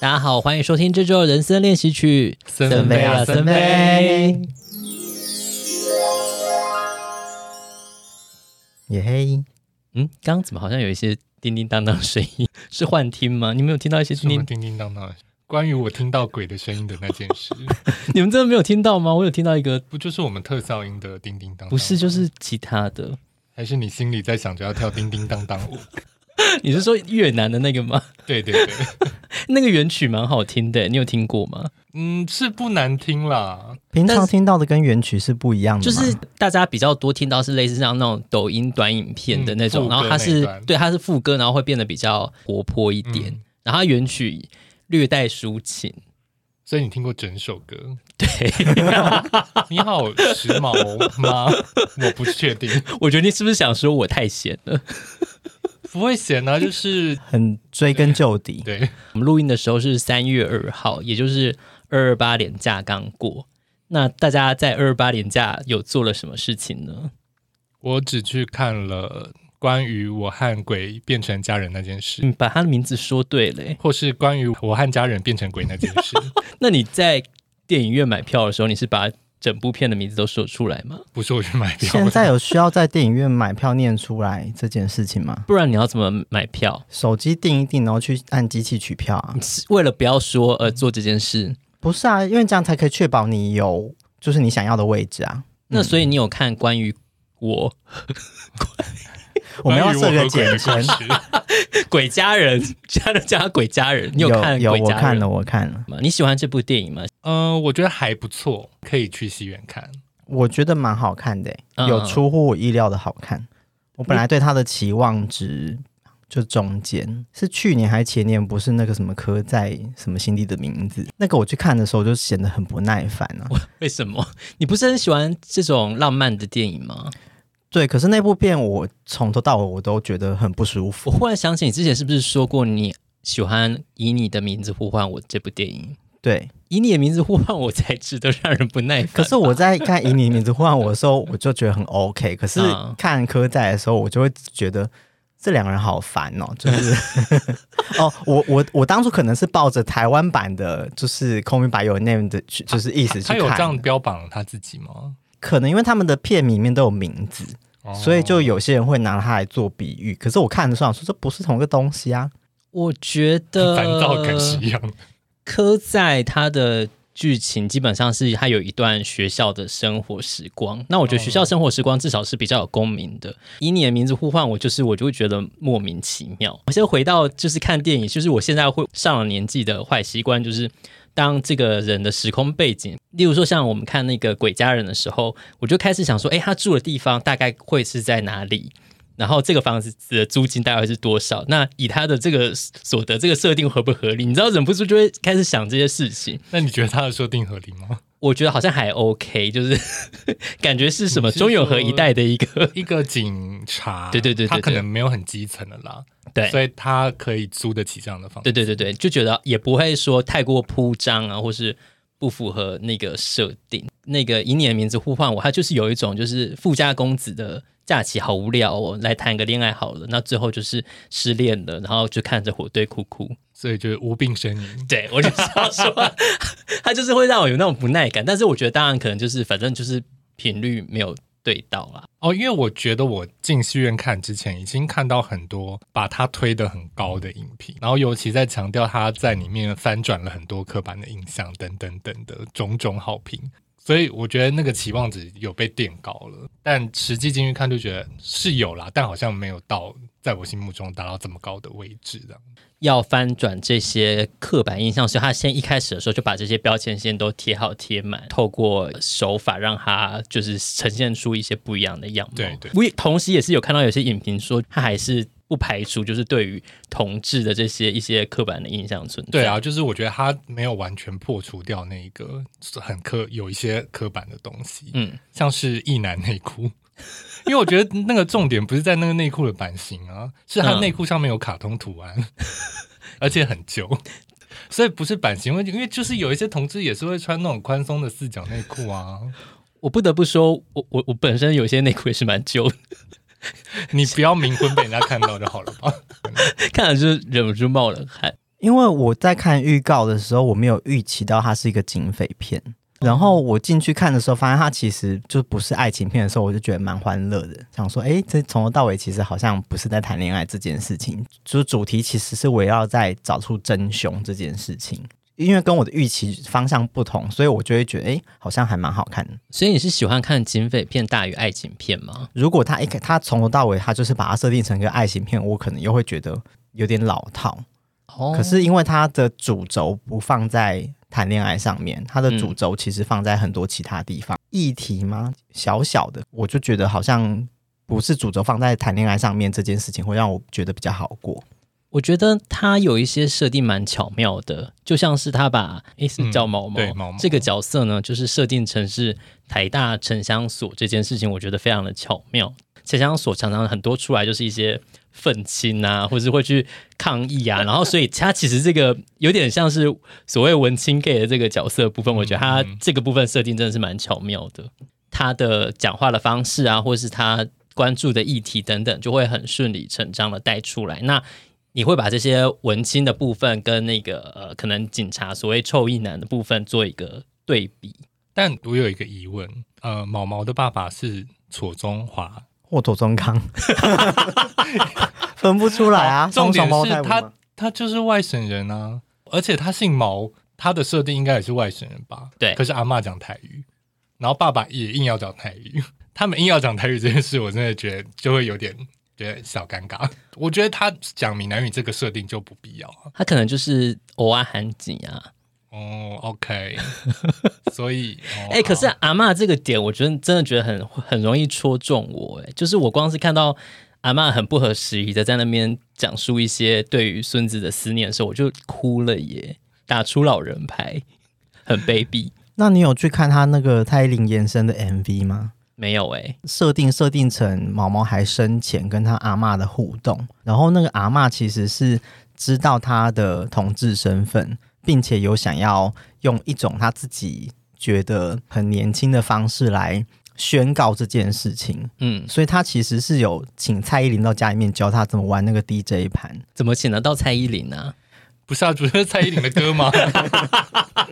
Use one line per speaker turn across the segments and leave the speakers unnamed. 大家好，欢迎收听这周的人生练习曲。
森
美
美啊森
美
美！耶嘿，
嗯，刚刚怎么好像有一些叮叮当当的声音？是幻听吗？你们有听到一些
什
叮
么
叮？
叮叮当当的？关于我听到鬼的声音的那件事，
你们真的没有听到吗？我有听到一个，
不就是我们特效音的叮叮当当？
不是，就是其他的。
还是你心里在想着要跳叮叮当当舞？
你是说越南的那个吗？
对对对，
那个原曲蛮好听的，你有听过吗？
嗯，是不难听啦。
平
但
常
是
听到的跟原曲是不
嗯
一样的
就
吗，
是大家比较多听到是类似像那种抖音短影片的那种，
嗯
然后它
副歌那一
是
段
对它是副歌，然后会变得比较活泼一点，
嗯
然后它原曲略带抒情。
所以你听过整首歌？
对，
你好时髦吗？我不确定，
我觉得你是不是想说我太闲了？
不会写呢，就是
很追根究底。
对，
我们录音的时候是三月二号，也就是二二八连假刚过。那大家在二二八连假有做了什么事情呢？
我只去看了关于我和鬼变成家人那件事，
你把他的名字说对嘞。
或是关于我和家人变成鬼那件事，
那你在电影院买票的时候，你是把整部片的名字都说出来吗？
不是我去买
啊
票的。
现在有需要在电影院买票念出来这件事 情吗？
不然你要怎么买票？
手机订一订，然后去按机器取票啊
你？是为了不要说而做这件事。
不是啊，因为这样才可以确保你有就是你想要的位置啊。
那所以你有看关于我
我们要
关于
设
和
个
鬼的故
简称。
事
鬼家人，家人叫他鬼家人，你看
有
鬼
我
家
看
人
了，我看了，
吗？你喜欢这部电影吗？
嗯，我觉得还不错，可以去戏院看。
我觉得蛮好看的欸、
嗯
有出乎我意料的好看。我本来对他的期望值就中间，是去年还是前年，不是那个什么刻在什么心底的名字，那个我去看的时候就显得很不耐烦啊。
为什么？你不是很喜欢这种浪漫的电影吗？
对，可是那部片我从头到尾我都觉得很不舒
我
服。
忽然想起你之前是不是说过你喜欢以你的名字呼唤我这部电影？
对，
以你的名字呼唤我才值得让人不耐烦吧。
可是我在看《以你的名字呼唤我》的时候，我就觉得 很 OK。可是
嗯
看科仔的时候，我就会觉得这两个人好烦 哦，就是哦，我我我当初可能是抱着台湾版的，就是《Call Me by Your Name》的去，就是意思去
他有这样
看。
标榜他自己吗？
可能因为他们的片名里面都有名字，
哦
所以就有些人会拿它来做比喻。可是我看的时候想说，这不是同一个东西啊。
我觉得
烦躁感是一样的。
科在他的剧情基本上是他有一段学校的生活时光。那我觉得学校生活时光至少是比较有共鸣的。以你的名字呼唤我，就是我就会觉得莫名其妙。我先回到就是看电影，就是我现在会上了年纪的坏习惯，就是当这个人的时空背景，例如说像我们看那个《鬼家人》的时候，我就开始想说，诶，他住的地方大概会是在哪里？然后这个房子的租金大概是多少？那以他的这个所得这个设定合不合理？你知道忍不住就会开始想这些事情。
那你觉得他的设定合理吗？
我觉得好像还 OK，就是 感觉是什么
你是
中永和一带的一个
一个警察，
对对对对对
他可能没有很基层的啦，
对
所以他可以租得起这样的房子。
对对对对，就觉得也不会说太过铺张啊，或是不符合那个设定。那个以你的名字呼唤我，它就是有一种就是富家公子的假期好无聊哦，来谈个恋爱好了。那最后就是失恋了，然后就看着火堆哭哭。
所以就是无病呻吟。
对我就是要 说，它就是会让我有那种不耐感。但是我觉得当然可能就是反正就是频率没有对到啦。
哦，因为我觉得我进戏院看之前，已经看到很多把他推得很高的影评，然后尤其在强调他在里面翻转了很多刻板的印象等等等的种种好评，所以我觉得那个期望值有被垫高了。但实际进去看就觉得是有啦，但好像没有到在我心目中达到这么高的位置这样。
要翻转这些刻板印象，所以他先一开始的时候就把这些标签先都贴好贴满，透过手法让它就是呈现出一些不一样的样貌。
对对
我也同时也是有看到有些影评说，他还是不排除就是对于同志的这些一些刻板的印象存在。
对啊，，就是我觉得他没有完全破除掉那一个很刻有一些刻板的东西，
嗯，
像是一男内裤， 因为我觉得那个重点不是在那个内裤的版型啊，是它
嗯
内裤上面有卡通图案， 而且很旧， 所以不是版型问题，因为就是有一些同志也是会穿那种宽松的四角内 裤啊，
我不得不说，我我我本身有些内裤也是蛮旧的，
你不要冥婚被人家看到就好了吧？
看了就是忍不住冒冷汗。
因为我在看预告的时候，我没有预期到它是一个警匪片。然后我进去看的时候，发现它其实就不是爱情片的时候，我就觉得蛮欢乐的，想说，哎，这从头到尾其实好像不是在谈恋爱这件事情，就是主题其实是围绕在找出真凶这件事情。因为跟我的预期方向不同，所以我就会觉得，哎，好像还蛮好看的。
所以你是喜欢看警匪片大于爱情片吗？
如果他一开他从头到尾他就是把它设定成一个爱情片，我可能又会觉得有点老套。
哦
可是因为它的主轴不放在谈恋爱上面，它的主轴其实放在很多其他地方、议题吗？小小的，我就觉得好像不是主轴放在谈恋爱上面这件事情，会让我觉得比较好过。
我觉得他有一些设定蛮巧妙的，就像是他把诶是叫毛毛,、
嗯对毛毛
这个角色呢，就是设定成是台大城乡所这件事情，我觉得非常的巧妙。城乡所常常很多出来就是一些愤青啊，或是会去抗议 啊，然后所以他其实这个有点像是所谓文青 gay 的这个角色的部分，我觉得他
嗯
这个部分设定真的是蛮巧妙的。他的讲话的方式啊，或是他关注的议题等等，就会很顺理成章的带出来。那你会把这些文青的部分跟那个呃，可能警察所谓臭意男的部分做一个对比。
但我有一个疑问，呃，毛毛的爸爸是左中华，
或左宗康 分不出来啊，
重点
双胞
是
胎
他他就是外省人啊，而且他姓毛，他的设定应该也是外省人吧？
对
可是阿嬷讲台语，然后爸爸也硬要讲台语， 他们硬要讲台语这件事，我真的觉得就会有点觉得小尴尬。我觉得他讲闽南语这个设定就不必要啊。
他可能就是偶尔喊景啊，
哦，OK，所以哦
哎、可是阿嬷这个点，我觉得真的觉得很很容易戳中我、哎，就是我光是看到阿嬷很不合时宜的在那边讲述一些对于孙子的思念的时候，我就哭了耶，打出老人牌，很卑鄙。
那你有去看他那个蔡依林延伸的 MV 吗？
没有哎、
设定设定成毛毛还生前跟他阿嬷的互动，然后那个阿嬷其实是知道他的同志身份，并且有想要用一种他自己觉得很年轻的方式来宣告这件事情，
嗯，
所以他其实是有请蔡依林到家里面教他怎么玩那个 DJ 盘。
怎么请得到蔡依林呢、
不是啊，不是蔡依林的歌吗？
啊、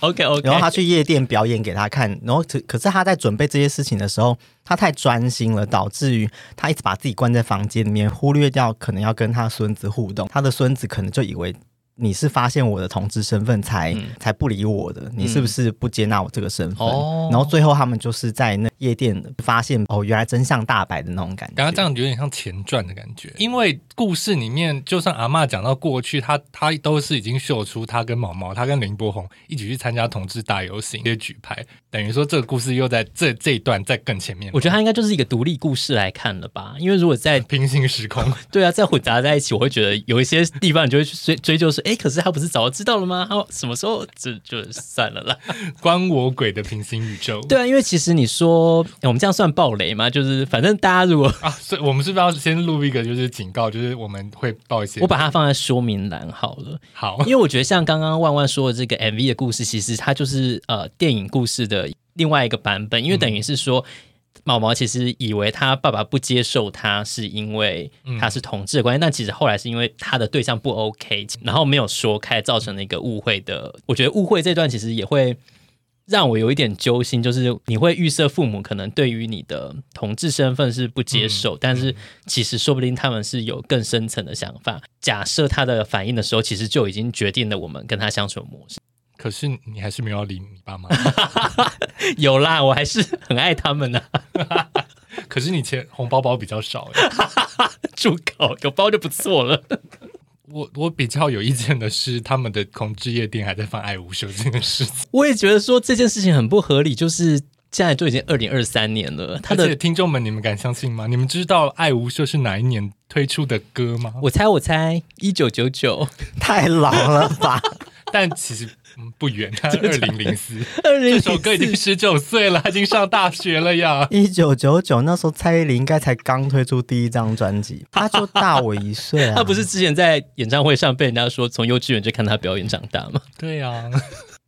？OK OK，
然后他去夜店表演给他看，然后可可是他在准备这些事情的时候，他太专心了，导致于他一直把自己关在房间里面，忽略掉可能要跟他孙子互动，他的孙子可能就以为。你是发现我的同志身份才、
嗯
才不理我的，你是不是不接纳我这个身份？
哦
然后最后他们就是在那夜店发现哦，原来真相大白的那种感觉。
然后这样有点像前传的感觉，因为故事里面，就算阿嬷讲到过去，她她都是已经秀出她跟毛毛，她跟林柏宏一起去参加同志大游行，这些举牌，等于说这个故事又在这这一段在更前面。
我觉得它应该就是一个独立故事来看了吧，因为如果在
平行时空，
对啊，再混杂在一起，我会觉得有一些地方你就会去追追究说，哎，可是他不是早就知道了吗？他什么时候就就算了啦。
关我鬼的平行宇宙。
对啊，因为其实你说诶我们这样算暴雷吗？就是反正大家如果
啊，所以我们是不是要先录一个就是警告，就是我们会报一些
我把它放在说明栏好了，
好
因为我觉得像刚刚万万说的这个 MV 的故事，其实它就是呃电影故事的另外一个版本，因为等于是说。毛毛其实以为他爸爸不接受他，是因为他是同志的关系，但其实后来是因为他的对象不 OK，然后没有说开，造成了一个误会的。我觉得误会这段其实也会让我有一点揪心，就是你会预设父母可能对于你的同志身份是不接受，但是其实说不定他们是有更深层的想法。假设他的反应的时候，其实就已经决定了我们跟他相处的模式。
可是你还是没有要理你爸妈。
有啦，我还是很爱他们呐、啊，
可是你钱红包包比较少、欸，
住口，有包就不错了。
我我比较有意见的是，他们的同志夜店还在放《爱无休》这件事情。
我也觉得说这件事情很不合理，就是现在就已经二零二三年了，他
而且
的。
听众们，你们敢相信吗？你们知道《爱无赦》是哪一年推出的歌吗？
我猜，我猜，一九九九，
太老了吧？
但其实、嗯 不远，它二零零四，
二零
这首歌已 经十九岁了，已经上大学了呀。
一九九九那时候蔡依林应该才刚推出第一张专辑，她就大我一岁啊。
他不是之前在演唱会上被人家说从幼稚园就看他表演长大吗？
对
啊
呀、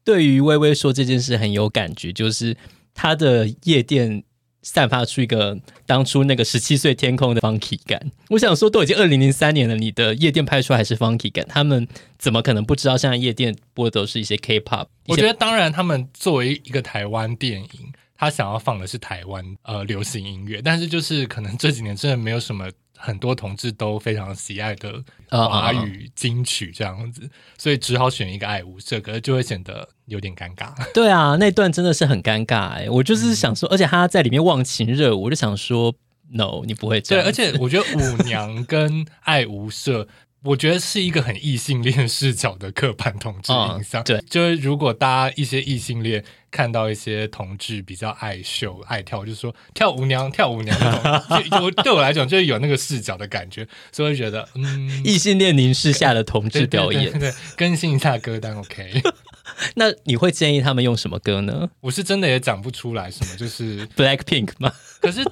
对于微微说这件事很有感觉，就是她的夜店散发出一个当初那个十七岁天空的 funky 感。我想说，都已经二零零三年了，你的夜店拍出来还是 funky 感，他们怎么可能不知道？现在夜店播的都是一些 K-pop，一
我觉
些
得，当然，他们作为一个台湾电影，他想要放的是台湾呃流行音乐，但是就是可能这几年真的没有什么很多同志都非常喜爱的
啊
华语金曲这样子，所以只好选一个爱无赦，可是就会显得有点尴尬。
对啊，那段真的是很尴尬哎、我
嗯
就是想说，而且他在里面忘情热舞，我就想说，no，你不会这
对，
样。
而且我觉得舞娘跟爱无赦。我觉得是一个很异性恋视角的刻板同志
嗯
印象，
对
就是如果大家一些异性恋看到一些同志比较爱秀、爱跳，就是说跳舞娘、跳舞娘那种，就 有对我来讲就是有那个视角的感觉，所以我觉得嗯，
异性恋凝视下的同
对
志表演，
对对对对更新一下歌单，OK。
那你会建议他们用什么歌呢
我是真的也讲不出来什么，就是
？Black Pink 吗？
可是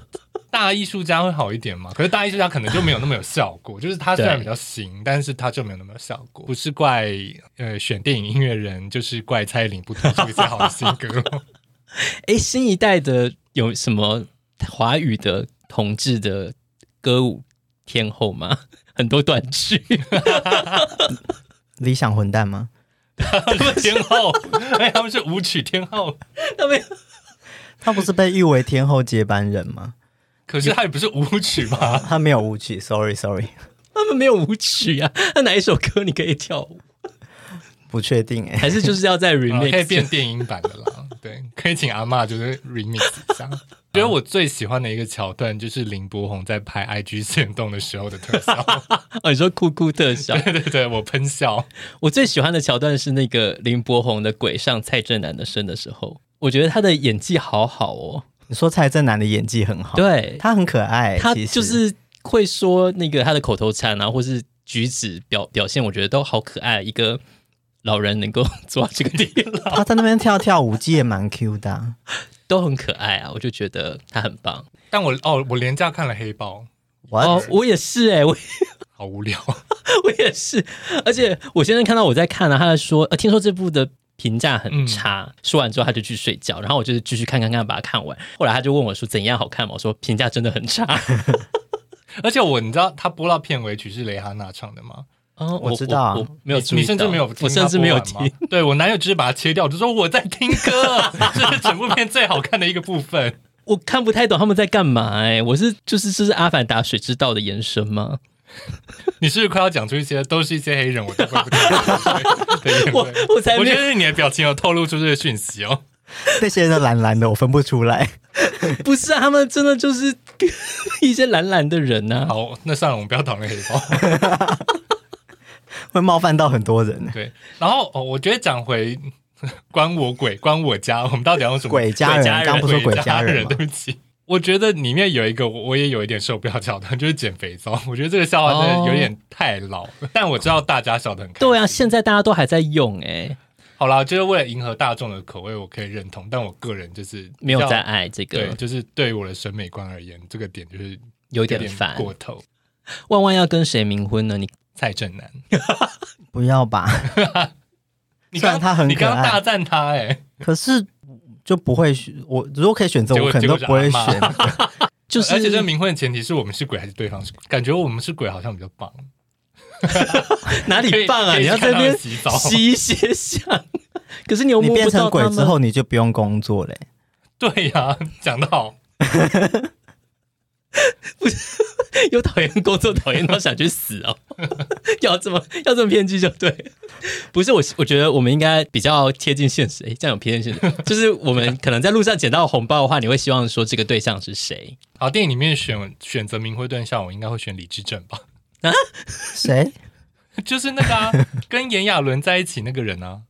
大艺术家会好一点嘛？可是大艺术家可能就没有那么有效果，就是他虽然比较行，但是他就没有那么有效果。不是怪呃选电影音乐人，就是怪蔡依林不推出一些好的新歌。
哎，新一代的有什么华语的同志的歌舞天后吗？ 很多短剧，
理想混蛋吗？
他们是天后，哎，他们是舞曲天后，
他们
他不是被誉为天后接班人吗？
可是他也不是舞曲吧？
他没有舞曲，sorry sorry，
他们没有舞曲啊，那哪一首歌你可以跳舞？
不确定哎、
还是就是要在
啊可以
remix？
变电影版的啦。对，可以请阿嬷就是 remix 一下。觉得我最喜欢的一个桥段就是林柏宏在拍 IG 线动的时候的特效，
哦，你说酷酷特 效，
对对对，我喷笑。
我最喜欢的桥段是那个林柏宏的《鬼》上蔡正南的身的时候，我觉得他的演技好好哦。
你说蔡正南的演技很好，，
对，
他很可爱、
哎
他
其实
就是会说那个他的口头禅啊，或是举止表表现，我觉得都好可爱。一个老人能够做到这个地 步，
他在那边跳跳舞技也蛮 Q 的啊、
都很可爱啊，我就觉得他很棒。
但我哦，我廉价看了黑豹，
我
哦，我也是哎、 我
好无聊。
我也是，而且我先生看到我在看啊，他在说，呃，听说这部的评价很差，
嗯
说完之后他就去睡觉，然后我就是继续看看看，把它看完。后来他就问我说怎样好看嘛，我说评价真的很 差。
而且我你知道他播到片尾曲是蕾哈娜唱的吗？
哦，
我知道啊
我没有注意
你甚至
到
没有听她
我甚至没有
播完
听
吗。对我男友只是把它切掉，我就说我在听歌，这是整部片最好看的一个部分。
我看不太懂他们在干嘛哎、我是就是这是《阿凡达》水之道的延伸吗？
你是不是快要讲出一些都是一些黑人，我都分不清的眼 泪
我我才
我
没
觉
有
得你的表情有透露出这个讯息哦。
那些都蓝蓝的，我分不出来。
不是啊，他们真的就是 一些懒懒的人呐、啊。
好，那算了，我们不要讨论黑豹。
会冒犯到很多人。
对，然后哦，我觉得讲回 关我鬼，关我家，我们到底要用什么？
鬼家人刚不是说鬼家
家
人吗
对不起。我觉得里面有一个我我也有一点受不了桥段，就是捡肥皂。我觉得这个笑话真的有点太老了，
哦
但我知道大家笑得很开心。
对啊，现在大家都还在用哎、
好啦，就是为了迎合大众的口味，我可以认同，但我个人就是
没有
比较
在爱这
对，
个，
就是对于我的审美观而言，这个点就是
有
有
点烦。
过头。
万万要跟谁冥婚呢？你
蔡正南，
不要吧，
你
虽
刚
然他很
你刚
可
刚
爱
大赞他哎、
可是就不会选。我如果可以选择，
结果
我可能都不会选
结。
就是，
而且这个冥婚的前提是我们是鬼还是对方是鬼？感觉我们是鬼好像比较棒。
哪里棒啊？
可以
你要在那边
可以去看他们洗澡
洗一些香， 可是你又
你
摸
变
不
成
到
鬼
他
之
们。
后，你就不用工作嘞、
对呀、讲得好。
又讨厌工作，讨厌到想去死哦！ 要这么要这么偏激就对，不是我，我觉得我们应该比较贴近现实。诶，这样有偏见现实，就是我们可能在路上捡到红包的话，你会希望说这个对象是谁？
好，电影里面选选择明辉对象，我应该会选李智正吧？
谁？
就是那个啊，跟炎亚纶在一起那个人啊，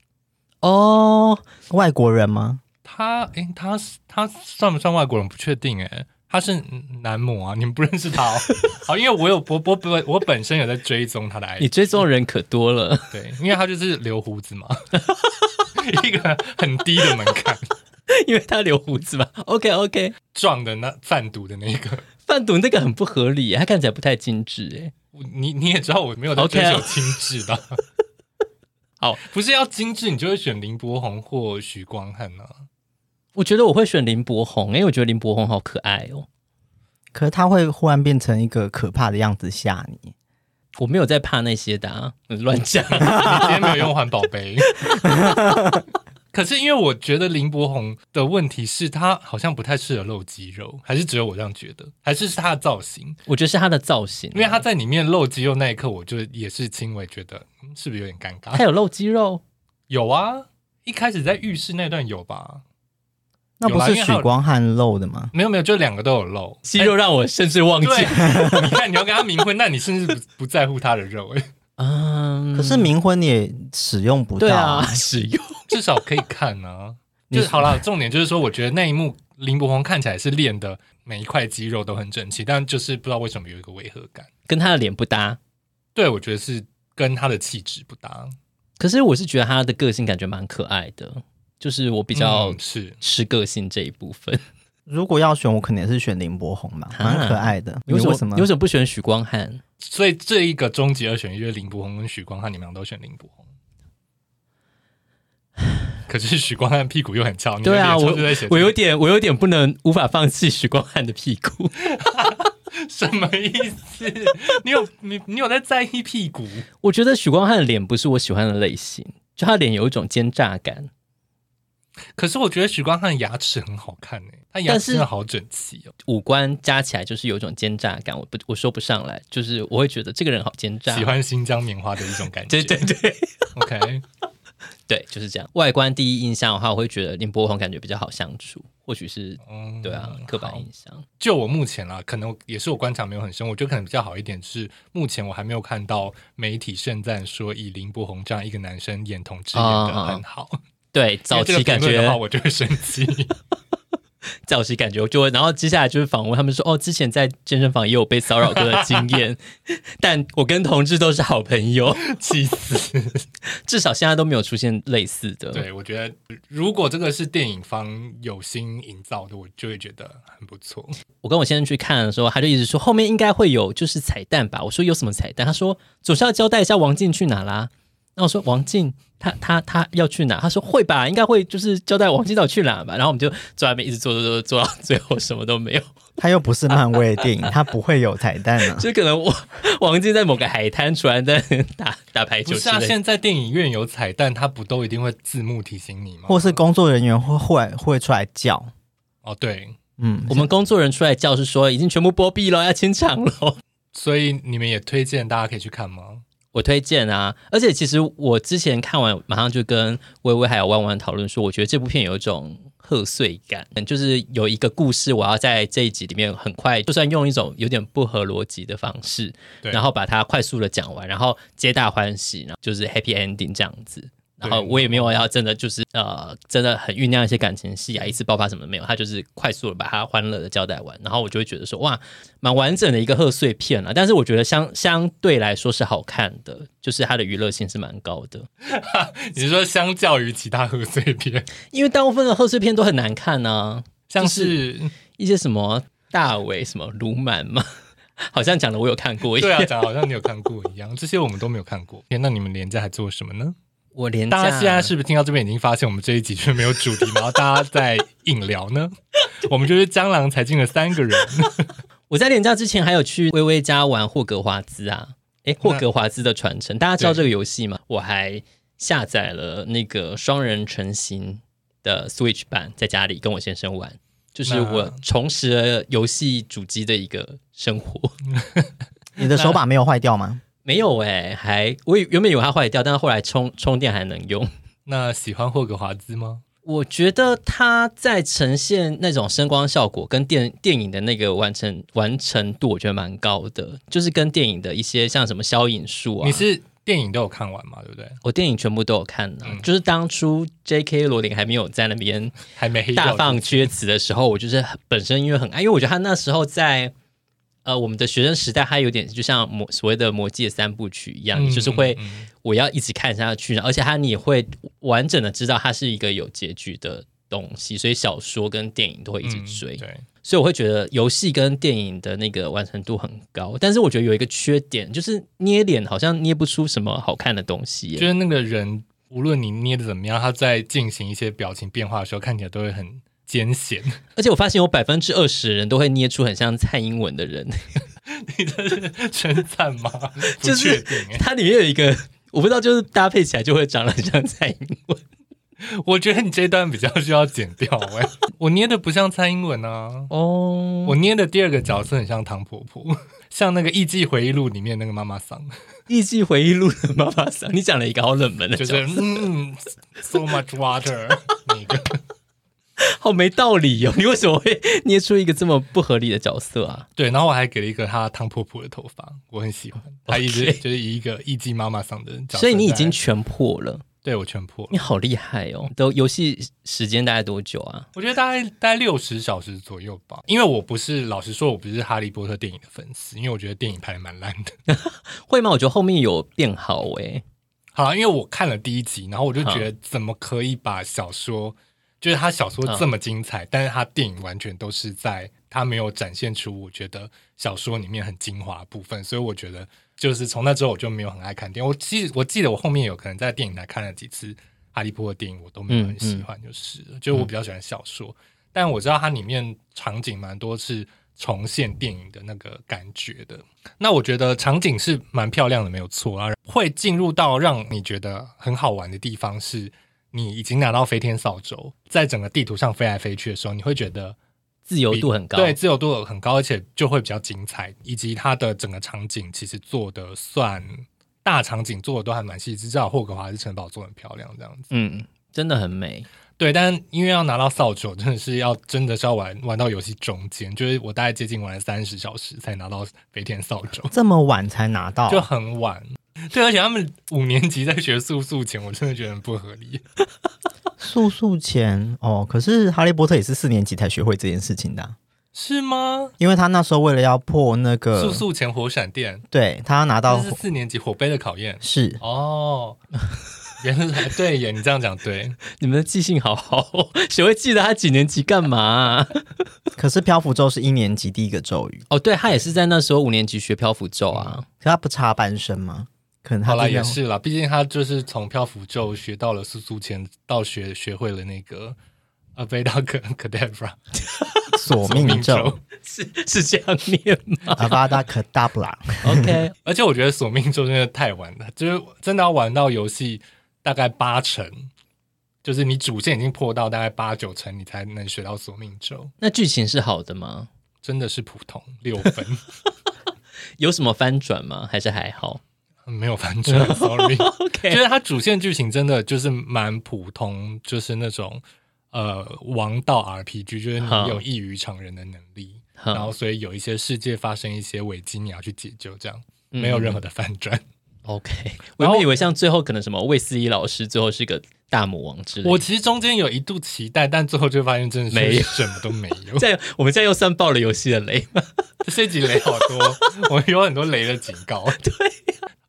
哦，
外国人吗？
他诶、他是他算不算外国人？不确定诶、他是男模啊，你们不认识他 哦。好，因为我有我我本我本身有在追踪他的 i
你追踪的人可多了。
对，因为他就是留胡子嘛， 一个很低的门槛，
因为他留胡子嘛。OK OK，
撞的那贩毒的那个。
贩毒那个很不合理，他看起来不太精致哎。
我你你也知道我没有在
OK
追
啊
求精致的，
好，
不是要精致你就会选林柏宏或许光汉呢、啊？
我觉得我会选林柏宏，因为我觉得林柏宏好可爱哦。
可是他会忽然变成一个可怕的样子吓你。
我没有在怕那些的、啊，乱讲。
你今天没有用环保杯。 可是因为我觉得林柏宏的问题是他好像不太适合露肌肉，还是只有我这样觉得，还是是他的造型？
我觉得是他的造型，
因为他在里面露肌肉那一刻，我就也是轻微觉得、嗯是不是有点尴
他
尬？
有露肌肉，
哎有啊，一开始在浴室那段有吧？
那不
有啦
是
因为还有
许光汉露的吗？
没有没有，就两个都有露。
肌肉让我甚至忘记。
对， 你看你要跟他冥婚，那你甚至不不在乎他的肉， 哎
嗯，
可是冥婚你也使用不
对
到
啊，
啊，
使用
至少可以看啊。
你
就是好了，重点就是说，我觉得那一幕林柏宏看起来是练的每一块肌肉都很整齐，但就是不知道为什么有一个违和感。
跟他的脸不搭。
对，我觉得是跟他的气质不搭，
可是我是觉得他的个性感觉蛮可爱的，就是我比较
嗯是。
吃个性这一部分。
如果要选，我肯定是选林柏宏吧，
啊
蛮可爱的。
你为什
你
么
为什么
你为什么不选许光汉？
所以这一个终极二选一就是林柏宏跟许光汉，你们俩都选林柏宏。可是许光汉屁股又很翘，你的
对啊，
脸
我
就是在写
我有点我有点不能无法放弃许光汉的屁股。
什么意思？你有你你有在在意屁股？
我觉得许光汉的脸不是我喜欢的类型，就他脸有一种奸诈感。
可是我觉得许光汉的牙齿很好看诶、他牙
但
齿
是
真的好整齐哦。
五官加起来就是有一种奸诈感，我不我说不上来，就是我会觉得这个人好奸诈。
喜欢新疆棉花的一种感觉。
啊对对对
，OK，
对，就是这样。外观第一印象的话，我会觉得林柏宏感觉比较好相处，或许是
嗯
对啊，刻板
好
印象。
就我目前啦，可能也是我观察没有很深，我觉得可能比较好一点是，目前我还没有看到媒体盛赞说以林柏宏这样一个男生演同志演的很好。
对，啊早
因
期
为这个
感
评论的话，
觉，
我就会生 气。
早期感觉，我就会，然后接下来就是访问他们说，哦，之前在健身房也有被骚扰过的经验， 但我跟同志都是好朋友，
气死！
至少现在都没有出现类似的。
对，我觉得如果这个是电影方有心营造的，我就会觉得很 不错。
我跟我先生去看的时候，他就一直说后面应该会有就是彩蛋吧。我说有什么彩蛋？他说总是要交代一下王静去哪啦。那我说王静他他他要去哪？他说会吧，应该会就是交代王静到底去哪吧。然后我们就坐在那边一直坐坐坐坐到最后什么都没有，
他又不是漫威的电 影，他不会有彩蛋啊。
就可能我王静在某个海滩突然在那打打排球
不是
之
啊，
类的。
现在电影院有彩蛋，它不都一定会字幕提醒你吗？
或是工作人员会会会出来叫，
哦，对，
嗯，
我们工作人员出来叫是说已经全部波毕了，要清场了。
所以你们也推荐大家可以去看吗？
我推荐啊，而且其实我之前看完，马上就跟微微还有弯弯讨论说，我觉得这部片有一种贺岁感，就是有一个故事，我要在这一集里面很快，就算用一种有点不合逻辑的方式，
对
然后把它快速的讲完，然后皆大欢喜，然后就是 happy ending 这样子。然后我也没有要真的就是呃，真的很酝酿一些感情戏啊，一次爆发什么都没有，他就是快速的把它欢乐的交代完，然后我就会觉得说哇，蛮完整的一个贺岁片啊了、但是我觉得相相对来说是好看的，就是它的娱乐性是蛮高的，
你是说相较于其他贺岁片，
因为大部分的贺岁片都很难看啊，
像、
就是 一些什么大伟什么鲁满嘛， 好像讲的我有看过一
对
样。
啊，讲得好像你有看过一样，这些我们都没有看过。天那你们廉价还做什么呢？
我啊连
大家现在是不是听到这边已经发现我们这一集却没有主题，然后大家在硬聊 呢？我们就是江郎才尽了三个人，
我在廉假之前还有去微微家玩霍格华兹啊，诶，霍格华兹的传承，大家知道这个游戏吗？我还下载了那个双人成行的 Switch 版，在家里跟我先生玩，就是
那
我重拾了游戏主机的一个生活。
你的手把没有坏掉吗？
没有诶，还我原本以为它坏掉，但是后来充充电还能用。
那喜欢霍格华兹吗？
我觉得它在呈现那种声光效果跟电电影的那个完成完成度，我觉得蛮高的，就是跟电影的一些像什么消影术啊，
你是电影都有看完嘛？对不对？
我电影全部都有看呢、
嗯
就是当初 J.K. 罗琳还没有在那边
还没黑掉
大放厥词的时候，我就是很本身因为很爱，因为我觉得他那时候在呃我们的学生时代，他有点就像魔所谓的《魔戒》三部曲一样，
嗯
就是会
嗯嗯
我要一直看下去，而且他你也会完整的知道它是一个有结局的东西，所以小说跟电影都会一直追。
嗯对，
所以我会觉得游戏跟电影的那个完成度很高，但是我觉得有一个缺点，就是捏脸好像捏不出什么好看的东西耶。
就是那个人，无论你捏的怎么样，他在进行一些表情变化的时候，看起来都会很 艰险。
而且我发现有百分之二十人都会捏出很像蔡英文的人，
你这是称赞吗？
就
不确
是
定欸
它里面有一个我不知道，就是搭配起来就会长得很像蔡英文。
我觉得你这一段比较需要剪掉哎、 我捏的不像蔡英文啊，
哦，
我捏的第二个角色很像唐婆婆，像那个《艺伎回忆录》里面那个妈妈桑，
《艺伎回忆录》的妈妈桑，你讲了一个好冷门的
就
角色，
是嗯，so much water 那个。
好没道理哦！你为什么会捏出一个这么不合理的角色啊？
对，然后我还给了一个她汤婆婆的头发，我很喜欢。她一直就是以一个艺伎妈妈桑的角色在，
所以你已经全破了，
对我全破了。
你好厉害哦！都游戏时间大概多久啊？
我觉得大概大概六十小时左右吧，因为我不是老实说，我不是哈利波特电影的粉丝，因为我觉得电影拍的蛮烂的。
会吗？我觉得后面有变好诶。
好啦因为我看了第一集，然后我就觉得怎么可以把小说，就是他小说这么精彩，但是他电影完全都是在他没有展现出我觉得小说里面很精华的部分，所以我觉得就是从那之后我就没有很爱看电影。我记我记得我后面有可能在电影台看了几次哈利波特电影，我都没有很喜欢，就是了、就是我比较喜欢小说，但我知道它里面场景蛮多是重现电影的那个感觉的。那我觉得场景是蛮漂亮的，没有错啊。会进入到让你觉得很好玩的地方是，你已经拿到飞天扫帚，在整个地图上飞来飞去的时候，你会觉得
自由度很高，
对，自由度很高，而且就会比较精彩，以及它的整个场景其实做的算大场景做的都还蛮细致，至少霍格华兹城堡做得很漂亮这样子。
嗯，真的很美。
对，但因为要拿到扫帚，真的是要真的是要玩玩到游戏中间，就是我大概接近玩了三十小时才拿到飞天扫 帚。
这么晚才拿到，
就很晚。对，而且他们五年级在学速速前，我真的觉得很不 合理。
嗯
速速前哦。可是哈利波特也是四年级才学会这件事情的啊、
是吗？
因为他那时候为了要破那个
速速前火闪电，
对他拿
这
到
是四年级火杯的考验。
是
哦，原来对耶，你这样讲对。
你们的记性好好哦，谁会记得他几年级干嘛啊、
可是漂浮咒是一年级第一个咒语，
哦，对他也是在那时候五年级学漂浮咒啊。
可他不插班生吗？可能他
好啦，
这
也
边
是啦，毕竟他就是从漂浮咒学到了速速前，到学学会了那个。a v e d a c a d a v r a
索命咒，
是是这样念吗
阿巴达可达 布拉。
？OK，
而且我觉得索命咒真的太晚了，就是真的要玩到游戏大概八成，就是你主线已经破到大概八九成，你才能学到索命咒，
那剧情是好的吗？
真的是普通六分，
有什么翻转吗？还是还好
没有翻 转，sorry。
？OK，
就是它主线剧情真的就是蛮普通，就是那种呃王道 RPG，就是你有异于常人的能力，
好
然后所以有一些世界发生一些危机，你要去解救，这样
嗯
没有任何的翻转。
OK，我
然
原
后
本以为像最后可能什么卫斯理老师最后是个大魔王之类的。
我其实中间有一度期待，但最后就发现真的是
没有
什么都没有。
这样我们这样又算爆了游戏的雷吗？
这集雷好 多，我们有很多雷的警告。对、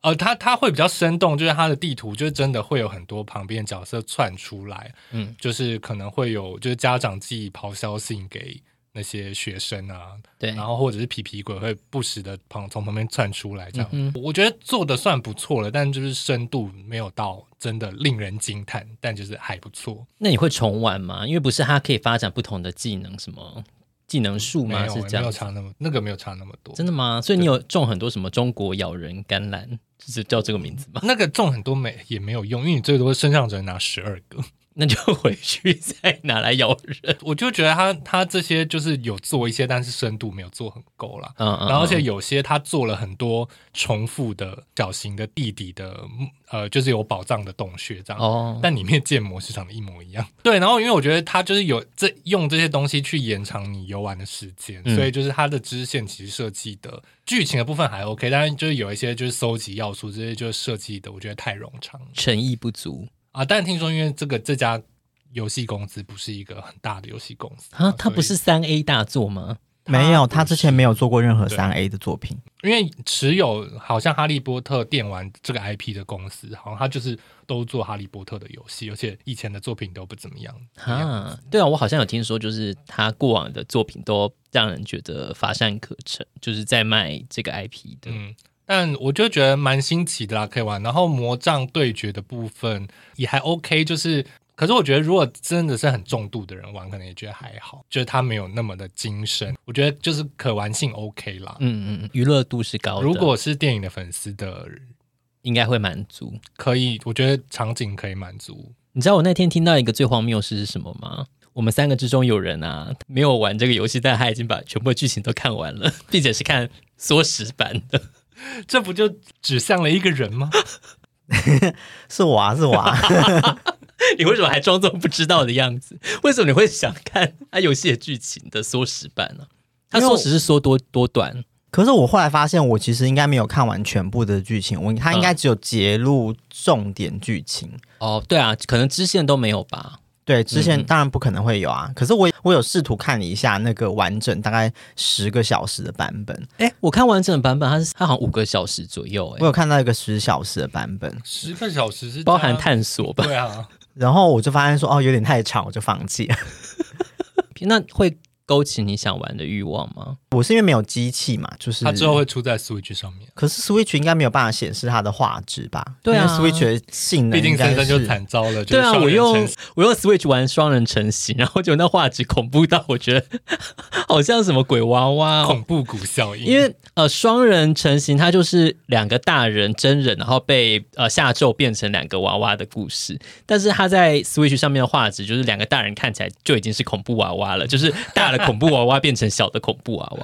呃，它它会比较生动，就是它的地图就是真的会有很多旁边角色窜出来，
嗯
嗯，就是可能会有就是家长寄咆哮信给那些学生啊，
对
然后或者是皮皮鬼会不时的旁从旁边窜出来，这样、
嗯
我觉得做的算不错了，但就是深度没有到真的令人惊叹，但就是还不错。
那你会重玩吗？因为不是它可以发展不同的技能，什么技能树
没
吗？
有
是这
没有
样子，
差那么那个没有差那么多，
真的吗？所以你有种很多什么中国咬人甘蓝，就是叫这个名 字吗？
那个中很多没也没有用，因为你最多身上只能拿十二个。
那就回去再拿来咬人。
我就觉得他他这些就是有做一些，但是深度没有做很够啦。
嗯嗯，
然后而且
嗯
有些他做了很多重复的小型的地底的，呃，就是有宝藏的洞穴这样。
哦，
但里面建模是长得一模 一样，对。然后因为我觉得他就是有这用这些东西去延长你游玩的时间，
嗯
所以就是它的支线其实设计的剧情的部分还 OK，但是就是有一些就是搜集要素这些就是设计的，我觉得太冗长了。
诚意不足
啊，但听说因为这个这家游戏公司不是一个很大的游戏公司
啊，它不
所
是三 A 大作吗？
没有，他
不是
之前没有做过任何
对
三 A 的作品。
以因为持有好像《哈利波特》电玩这个 IP 的公司，好像它就是都做《哈利波特》的游戏，而且以前的作品都不怎么样。
啊，对啊，我好像有听说，就是他过往的作品都让人觉得乏善可陈，就是在卖这个 IP 的。
嗯，但我就觉得蛮新奇的啦，可以玩。然后魔杖对决的部分也还 OK，就是可是我觉得，如果真的是很重度的人玩，可能也觉得还好，就是他没有那么的精深。我觉得就是可玩性 OK 啦。
嗯嗯嗯，娱乐度是高的，
如果是电影的粉丝的，
应该会满足。
可以，我觉得场景可以满足。
你知道我那天听到一个最荒谬的事是什么吗？我们三个之中有人啊，没有玩这个游戏，但他已经把全部的剧情都看完了，并且是看缩时版的。
这不就指向了一个人吗？
是我啊，是我啊，
你为什么还装作不知道的样子？为什么你会想看他游戏的剧情的缩时版呢、它
因为我
缩时是缩多多短？
可是我后来发现，我其实应该没有看完全部的剧情，我他应该只有截录重点剧情。
哦，对啊，可能支线都没有吧。
对，之前
嗯
当然不可能会有啊。可是我我有试图看了一下那个完整大概十个小时的版本，
哎，我看完整的版本，它是它好像五个小时左右，
我
啊
哎，
有看到一个十小时的版本，
十个小时是
包含
太
探索吧。
对 啊，
然后我就发现说哦有点太长，我就放弃了。
啊
那会勾起你想玩的欲望吗？
我是因为没有机器嘛，就是
它之后会出在 Switch 上面。
可是 Switch 应该没有办法显示它的画质吧？
对啊
因为 Switch 的性能
毕竟
应该
森森就是惨遭了，
对啊，
就是
我
双人
用
成
我用 Switch 玩双人成型，然后就那画质恐怖到我觉得 好像什么鬼娃娃、哦。
恐怖谷效应，
因为呃，双人成型它就是两个大人真人，然后被呃下咒变成两个娃娃的故事。但是它在 Switch 上面的画质，就是两个大人看起来就已经是恐怖娃娃了，就是大的恐怖娃娃变成小的恐怖娃娃。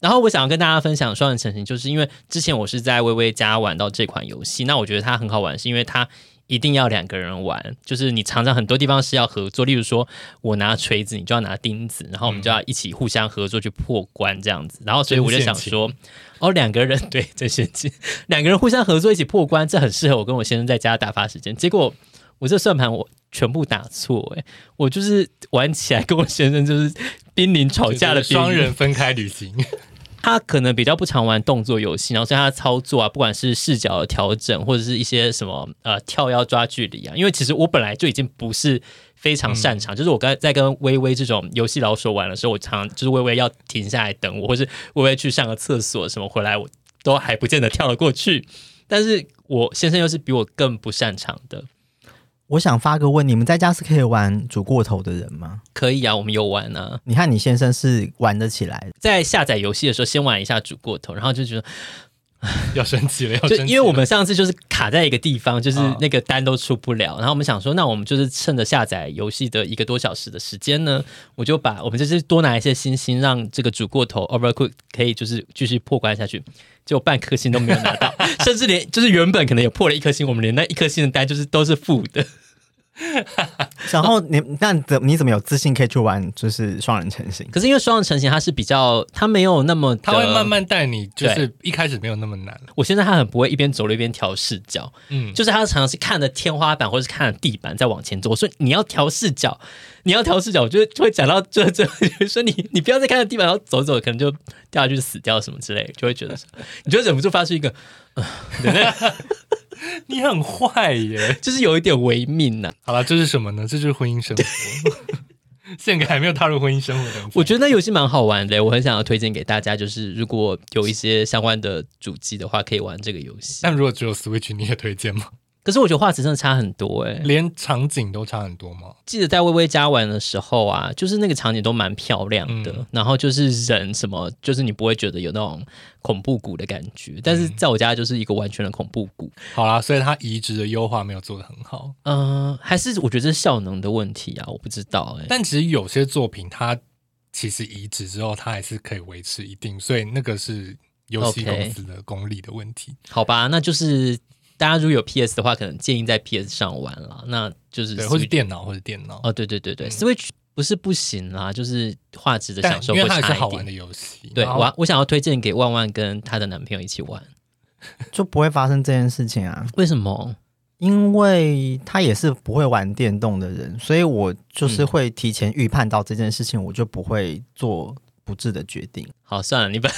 然后我想要跟大家分享双人成型，就是因为之前我是在微微家玩到这款游戏，那我觉得它很好玩，是因为它一定要两个人玩，就是你常常很多地方是要合作，例如说我拿锤子，你就要拿钉子，然后我们就要一起互相合作去破关这样子。然后所以我就想说，
嗯
哦，两个人对在先进，两个人互相合作一起破关，这很适合我跟我先生在家打发时间。结果我这算盘我全部打错、欸，我就是玩起来跟我先生就是濒临吵架的
就是双
边缘
人分开旅行，
他可能比较不常玩动作游戏，然后所以他的操作啊，不管是视角的调整，或者是一些什么呃跳要抓距离啊，因为其实我本来就已经不是非常擅长，就是我刚才在跟微微这种游戏老手玩的时候，我常就是微微要停下来等我，或是微微去上个厕所什么回来，我都还不见得跳得过去。但是我先生又是比我更不擅长的，
我想发个问，你们在家是可以玩煮过头的人吗？
可以啊，我们有玩啊，
你看你先生是玩得起来 的，
在下载游戏的时候先玩一下煮过头，然后就觉得
要生气了，要
就
生气了。
因为我们上次就是卡在一个地方，就是
嗯
那个单都出不了，然后我们想说，那我们就是趁着下载游戏的一个多小时的时间呢，我就把我们就是多拿一些星星，让这个煮过头 Overcook 可以就是继续破关下去，结果半颗星都没有拿 到，甚至连就是原本可能有破了一颗星，我们连那一颗星的单就是都是负的，
然后你那你怎你怎么有自信可以去玩就是双人成 型？
可是因为双人成型它是比较它没有那么的
他会慢，慢带你，就是一开始没有那么难。
我现在它很不会一边走路一边调视角，
嗯，
就是他常常是看着天花板或是看着地板在往前走。我说你要调视角，你要调视角，我就就会讲到这这，就说你你不要再看着地板，然后走走，可能就掉下去死掉什么之类的，就会觉得说你就忍不住发出一个，
你很坏耶。
就是有一点违命呐、
好了，这是什么呢？这就是婚姻生活。 献给还没有踏入婚姻生活的人。
我觉得那游戏蛮好玩的，我很想要推荐给大家，就是如果有一些相关的主机的话，可以玩这个游戏。
但如果只有 Switch，你也推荐吗？
可是我觉得画质真的差很多哎、
连场景都差很多吗？
记得在微微家玩的时候啊，就是那个场景都蛮漂亮的，
嗯
然后就是人什么，就是你不会觉得有那种恐怖谷的感
嗯
觉，但是在我家就是一个完全的恐怖谷。
好啦，所以它移植的优化没有做得很好。
嗯、还是我觉得这是效能的问题啊，我不知道哎、
但其实有些作品，它其实移植之后，它还是可以维持一定，所以那个是游戏
OK
公司的功力的问题。
好吧，那就是大家如果有 PS 的话，可能建议在 PS 上玩啦。那就是
对，或是
Switch-
电脑，或是电脑。嗯
哦，对对对对、s w i t c h 不是不行啦，就是画质的
但
享受
因为
会
它还是
差
好
一
玩
点
的。游戏，
对，
然后
我我想要推荐给万万跟她的男朋友一起玩，
就不会发生这件事情啊，
为什么？
因为他也是不会玩电动的人，所以我
嗯
就是会提前预判到这件事情，我就不会做不智的决定。
好，算了，你 本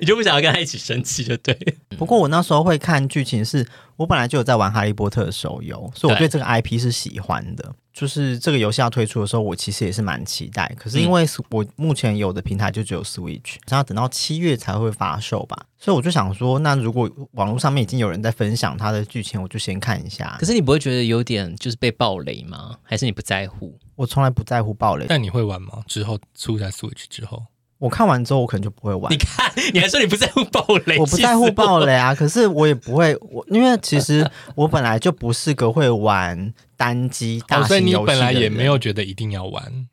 你就不想要跟他一起生气就对。
不过我那时候会看剧情是，我本来就有在玩《哈利波特》的手游，所以我
对
对这个 IP 是喜欢的。就是这个游戏要推出的时候，我其实也是蛮期待。
嗯
可是因为我目前有的平台就只有 Switch，然后等到七月才会发售吧，所以我就想说，那如果网络上面已经有人在分享它的剧情，我就先看一下
可。是你不会觉得有点就是被暴雷吗？还是你不在乎？
我从来不在乎暴雷，
但你会玩吗？之后出在 Switch 之后，
我看完之后我可能就不会玩
你。看，你还说你不在乎暴雷，
我不在乎暴雷啊，可是我也不会，我因为其实我本来就不是个会玩单机大
哦，所以
型
你
游戏的
本
人、
来也没有觉得一定要玩，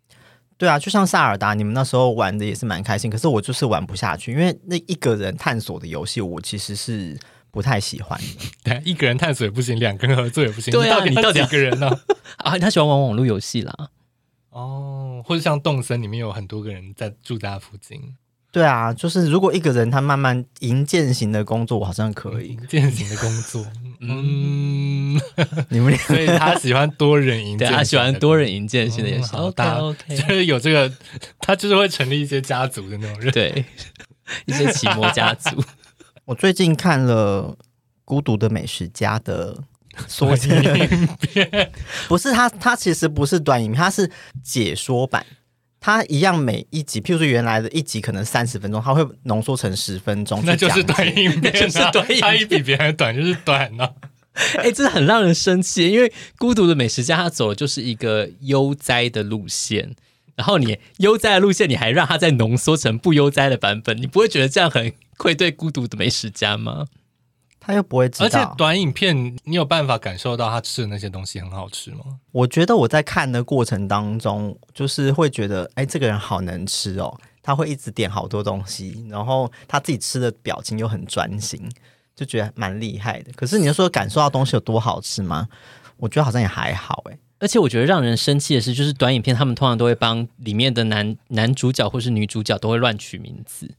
对啊，就像塞尔达，你们那时候玩的也是蛮开心，可是我就是玩不下去，因为那一个人探索的游戏，我其实是不太喜欢的。
对，一个人探索也不行，两个人合作也不行，
对啊
你
你
到
到
底
底
要几个 人呢、
啊！他喜欢玩网络游戏啦，
哦，或者像动森里面有很多个人在住在他附近，
对啊，就是如果一个人他慢慢营建型的工作，我好像可 以。
践行的工作，嗯，
你们
所以他喜欢多人营
对啊
建行的工作，
他喜欢多人营建性的游戏。哦
嗯好
OK
大
OK，
就是有这个，他就是会成立一些家族的那种 人。
对一些奇魔家族，
我最近看了《孤独的美食家》的缩
影
减，不是它，它其实不是短影片，它是解说版。它一样每一集，譬如说原来的一集可能三十分钟，它会浓缩成十分钟去
那就是
讲解
短影
那
片、啊，
就是短影片
他一比别人短就是短啊呢、
哎、真的很让人生气。因为《孤独的美食家》他走的就是一个悠哉的路线，然后你悠哉的路线，你还让他再浓缩成不悠哉的版本，你不会觉得这样很愧对《孤独的美食家》吗？
他又不会知道。
而且短影片，你有办法感受到他吃的那些东西很好吃吗？
我觉得我在看的过程当中，就是会觉得，哎，这个人好能吃哦，他会一直点好多东西，然后他自己吃的表情又很专心，就觉得蛮厉害的。可是你就说感受到东西有多好吃吗？我觉得好像也还好，哎，
而且我觉得让人生气的是，就是短影片他们通常都会帮里面的男男主角或是女主角都会乱取名字，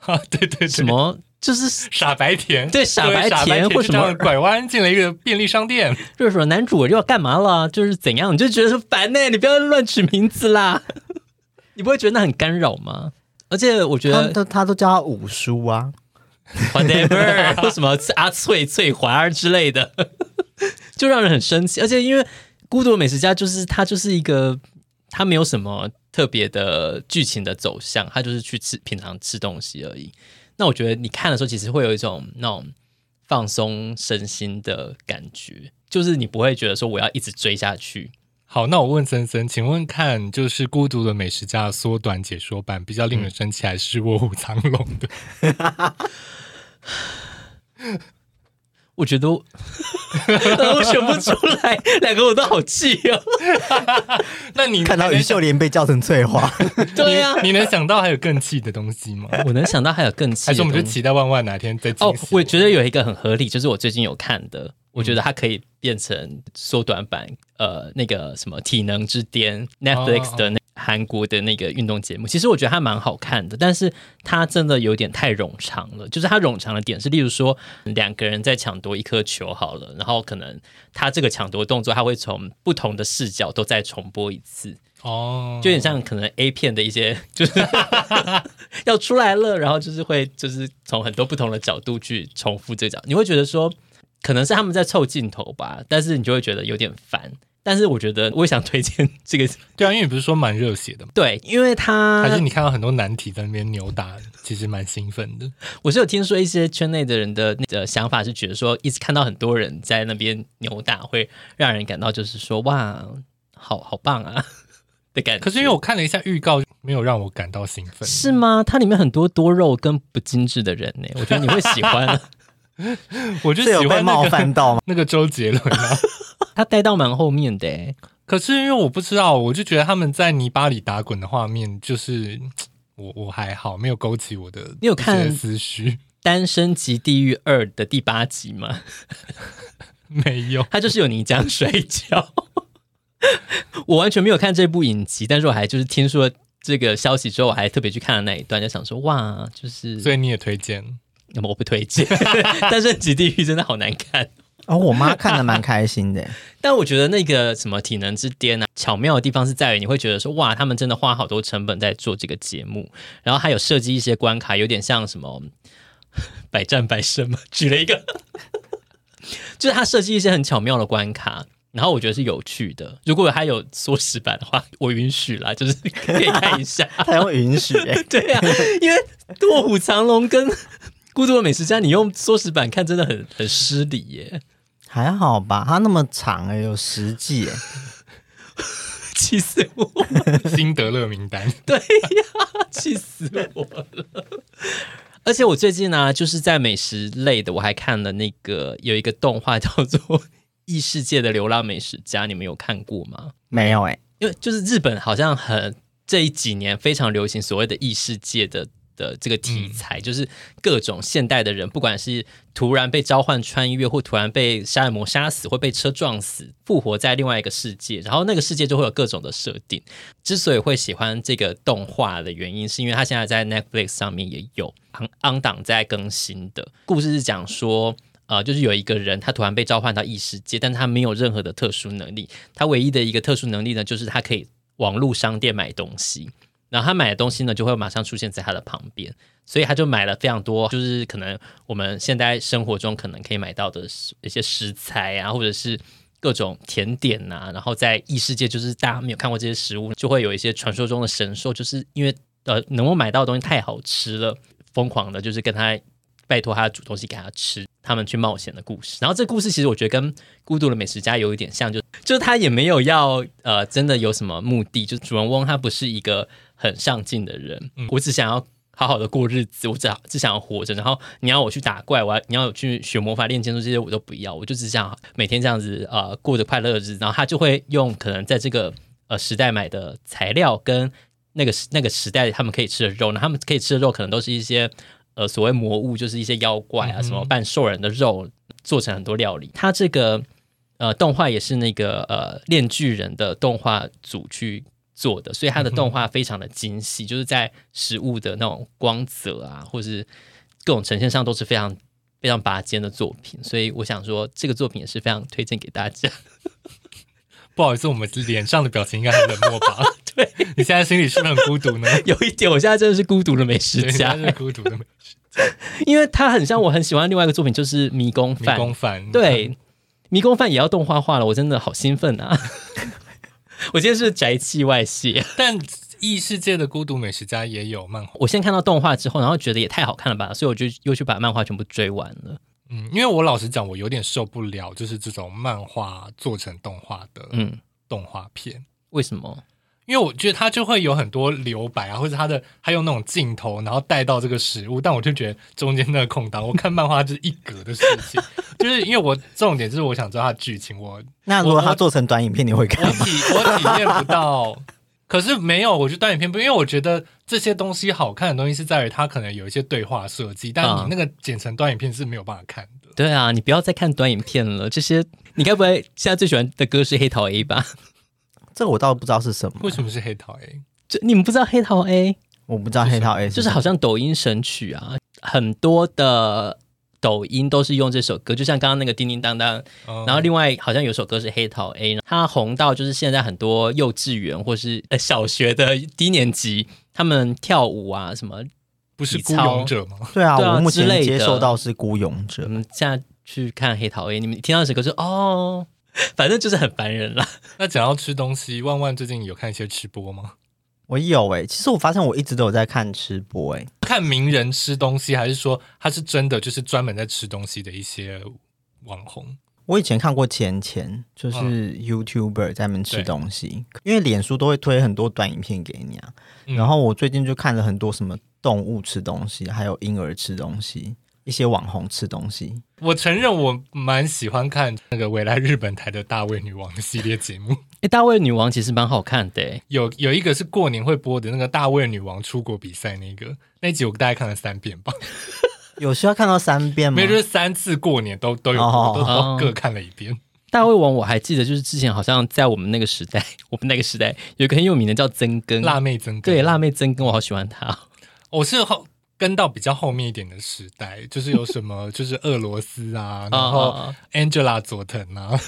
啊，对对对，
什么就是
傻白甜，
对傻白甜
傻白甜
或什么
就这样拐弯进了一个便利商店，
就是说男主要干嘛了，就是怎样，你就觉得说烦呢、你不要乱取名字啦， 你不会觉得那很干扰吗？而且我觉
啊
他
得
都他都叫他五叔啊，
whatever 或什么阿翠、翠华儿之类的，就让人很生气。而且因为《孤独的美食家》就是它就是一个它没有什么特别的剧情的走向，它就是去吃平常吃东西而已。那我觉得你看的时候，其实会有一种那种放松身心的感觉，就是你不会觉得说我要一直追下去。
好，那我问森森，请问看就是《孤独的美食家》的缩短解说版比较令人生气，还是《卧虎藏龙》的？
我觉得我 我选不出来，两个我都好气哦。
那你
看到
你
于秀莲被叫成翠花，
对呀、
你能想到还有更气的东西吗？
我能想到还有更气
还
的东西，
是我们就期待万万哪天再惊
哦
喜，
我觉得有一个很合理，就是我最近有看的，我觉得它可以变成缩短版，呃，那个什么《体能之巅》Netflix 的那韩国的那个运动节目。其实我觉得它蛮好看的，但是它真的有点太冗长了。就是它冗长的点是，例如说两个人在抢夺一颗球好了，然后可能他这个抢夺动作，他会从不同的视角都再重播一次。
哦，
就有点像可能 A 片的一些，就是 要出来了，然后就是会就是从很多不同的角度去重复这个角，你会觉得说可能是他们在凑镜头吧，但是你就会觉得有点烦。但是我觉得我也想推荐这个，
对啊，因为你不是说蛮热血的吗？
对，因为他
还是你看到很多难题在那边扭打，其实蛮兴奋的。
我是有听说一些圈内的人的那个想法是觉得说，一直看到很多人在那边扭打，会让人感到就是说哇，好好棒啊的感觉。
可是因为我看了一下预告，没有让我感到兴奋。
是吗？它里面很多多肉跟不精致的人呢、我觉得你会喜欢、啊
我就是
有
喜
被
欢
冒
那个
犯到吗？
那个周杰伦啊。
他待到蛮后面的、欸，
可是因为我不知道，我就觉得他们在泥巴里打滚的画面，就是我我还好，没有勾起我的
你有看
一些思绪，
《单身级地狱二》的第八集嘛，
没有。
它就是有泥浆摔跤。 我完全没有看这部影集，但是我还就是听说这个消息之后，我还特别去看了那一段，就想说哇， 就是
所以你也推荐，
那么我不推荐， 《单身级地狱》真的好难看。
哦，我妈看的蛮开心的，欸
但我觉得那个什么体能之巅啊，巧妙的地方是在于你会觉得说，哇，他们真的花好多成本在做这个节目，然后还有设计一些关 卡，有点像什么百战百胜嘛，举了一个。就是他设计一些很巧妙的关卡。然后我觉得是有趣的，如果还有缩时版的话，我允许啦，就是可以看一下。
他要允许、欸，
对啊，因为《卧虎藏龙》跟《孤独的美食家》，你用缩时版看真的很很失礼耶，
还好吧？他那么长哎、有十季哎、
气死我！
辛德勒名单，
对呀，气死我了！而且我最近呢、就是在美食类的，我还看了那个有一个动画叫做《异世界的流浪美食家》，你们有看过吗？
没有哎、
因为就是日本好像很这一几年非常流行所谓的异世界的的这个题材，就是各种现代的人，不管是突然被召唤穿越，或突然被杀人魔杀死，或被车撞死，复活在另外一个世界，然后那个世界就会有各种的设定。之所以会喜欢这个动画的原因，是因为它现在在 Netflix 上面也有昂昂档在更新的。故事是讲说，呃，就是有一个人他突然被召唤到异世界，但他没有任何的特殊能力，他唯一的一个特殊能力呢，就是他可以网络商店买东西。然后他买的东西呢，就会马上出现在他的旁边，所以他就买了非常多，就是可能我们现在生活中可能可以买到的食一些食材啊，或者是各种甜点呐、然后在异世界，就是大家没有看过这些食物，就会有一些传说中的神兽，就是因为呃能够买到的东西太好吃了，疯狂的就是跟他拜托他煮东西给他吃，他们去冒险的故事。然后这故事其实我觉得跟《孤独的美食家》有一点像，就就是他也没有要呃真的有什么目的，就主人翁他不是一个很上进的人，我只想要。好好的过日子，我只想只想要活着。然后你要我去打怪，我要你要我去学魔法、练剑术这些我都不要，我就只想每天这样子呃过着快乐的日子。然后他就会用可能在这个呃时代买的材料跟那个时 那个时代他们可以吃的肉，那他们可以吃的肉可能都是一些呃所谓魔物，就是一些妖怪啊，什么半兽人的肉做成很多料理。它这个呃动画也是那个呃炼巨人的动画组去做的，所以它
嗯
的动画非常的精细，就是在食物的那种光泽啊，或是各种呈现上都是非常。非常拔尖的作品，所以我想说，这个作品也是非常推荐给大家。
不好意思，我们脸上的表情应该很冷漠 吧？对，你现在心里是不是很孤独呢？
有一点，我现在真的 是孤独的美食
对，
家
他，是孤独的美食
因为它很像我很喜欢另外一个作品，就是《迷宫
迷
饭》。
宫饭，
对，迷宫饭也要动画化了，我真的好兴奋啊！ 我今天是宅气外泄，
但异世界的孤独美食家也有漫画，
我先看到动画之后，然后觉得也太好看了吧，所以我就又去把漫画全部追完了。
嗯，因为我老实讲，我有点受不了，就是这种漫画做成动画的
嗯，
动画片。
为什么？
因为我觉得它就会有很多留白啊，或者它的它用那种镜头，然后带到这个食物，但我就觉得中间那个空档，我看漫画就是一格的事情， 就是因为我重点就是我想知道它剧情，我
那如果他做成短影片，你会看
我
吗？
体我体验不到。可是没有，我就断影片不，因为我觉得这些东西好看的东西是在于它可能有一些对话设计，但
嗯
你那个剪成短影片是没有办法看的。
对啊，你不要再看短影片了，这些你该不会现在最喜欢的歌是黑桃 A 吧？
这个我倒不知道是什么，
为什么是黑桃哎 A？
这你们不知道黑桃 A
我不知道黑桃 A
就是
什么
好像抖音神曲啊，很多的抖音都是用这首歌，就像刚刚那个叮叮当当，
嗯
然后另外好像有首歌是黑桃 A，它红到就是现在很多幼稚园或是呃小学的低年级，他们跳舞啊什么，
不是
体
孤
操
勇者吗？
对啊，
对啊
我目
之类
前
的
接受到是孤勇者
我，
嗯
们现在去看黑桃 A，你们听到这首歌就哦， 反正就是很烦人 啦。
那讲到吃东西，万万最近有看一些吃播吗？
我有哎、其实我发现我一直都有在看吃播哎、
看名人吃东西，还是说他是真的就是专门在吃东西的一些网红？
我以前看过钱钱，
嗯
就是 YouTuber 在那边吃东西，因为脸书都会推很多短影片给你啊。
嗯
然后我最近就看了很多什么动物吃东西，还有婴儿吃东西，一些网红吃东西。
我承认我蛮喜欢看那个未来日本台的大卫女王的系列节目，
哎，大卫女王其实蛮好看的诶，
有有一个是过年会播的那个大卫女王出国比赛那个那集，我大概看了三遍吧，
有需要看到三遍吗
没？有就是三次过年都都有播
哦
都
哦
都各看了一遍。
大胃王我还记得，就是之前好像在我们那个时代，我们那个时代有一个很有名的叫曾根，
辣妹增根，
嗯对辣妹曾根，我好喜欢 她哦。
我是后跟到比较后面一点的时代，就是有什么 就是俄罗斯啊，然
啊啊
后
啊
Angela 佐藤啊，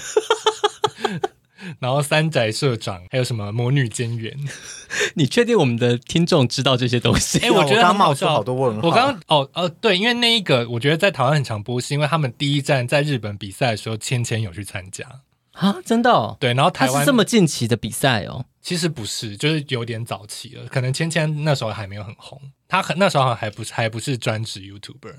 然后三宅社长，还有什么魔女尖媛。
你确定我们的听众知道这些东西？
哎、我觉得很
刚
好
冒出
笑。
好多问号。
我刚刚哦呃对，因为那一个我觉得在台湾很常播，是因为他们第一站在日本比赛的时候，芊芊有去参加。
啊，真的、哦？
对，然后
它
台湾
是这么近期的比赛哦。
其实不是，就是有点早期了，可能芊芊那时候还没有很红，她很那时候好像还不是还不是专职 YouTuber，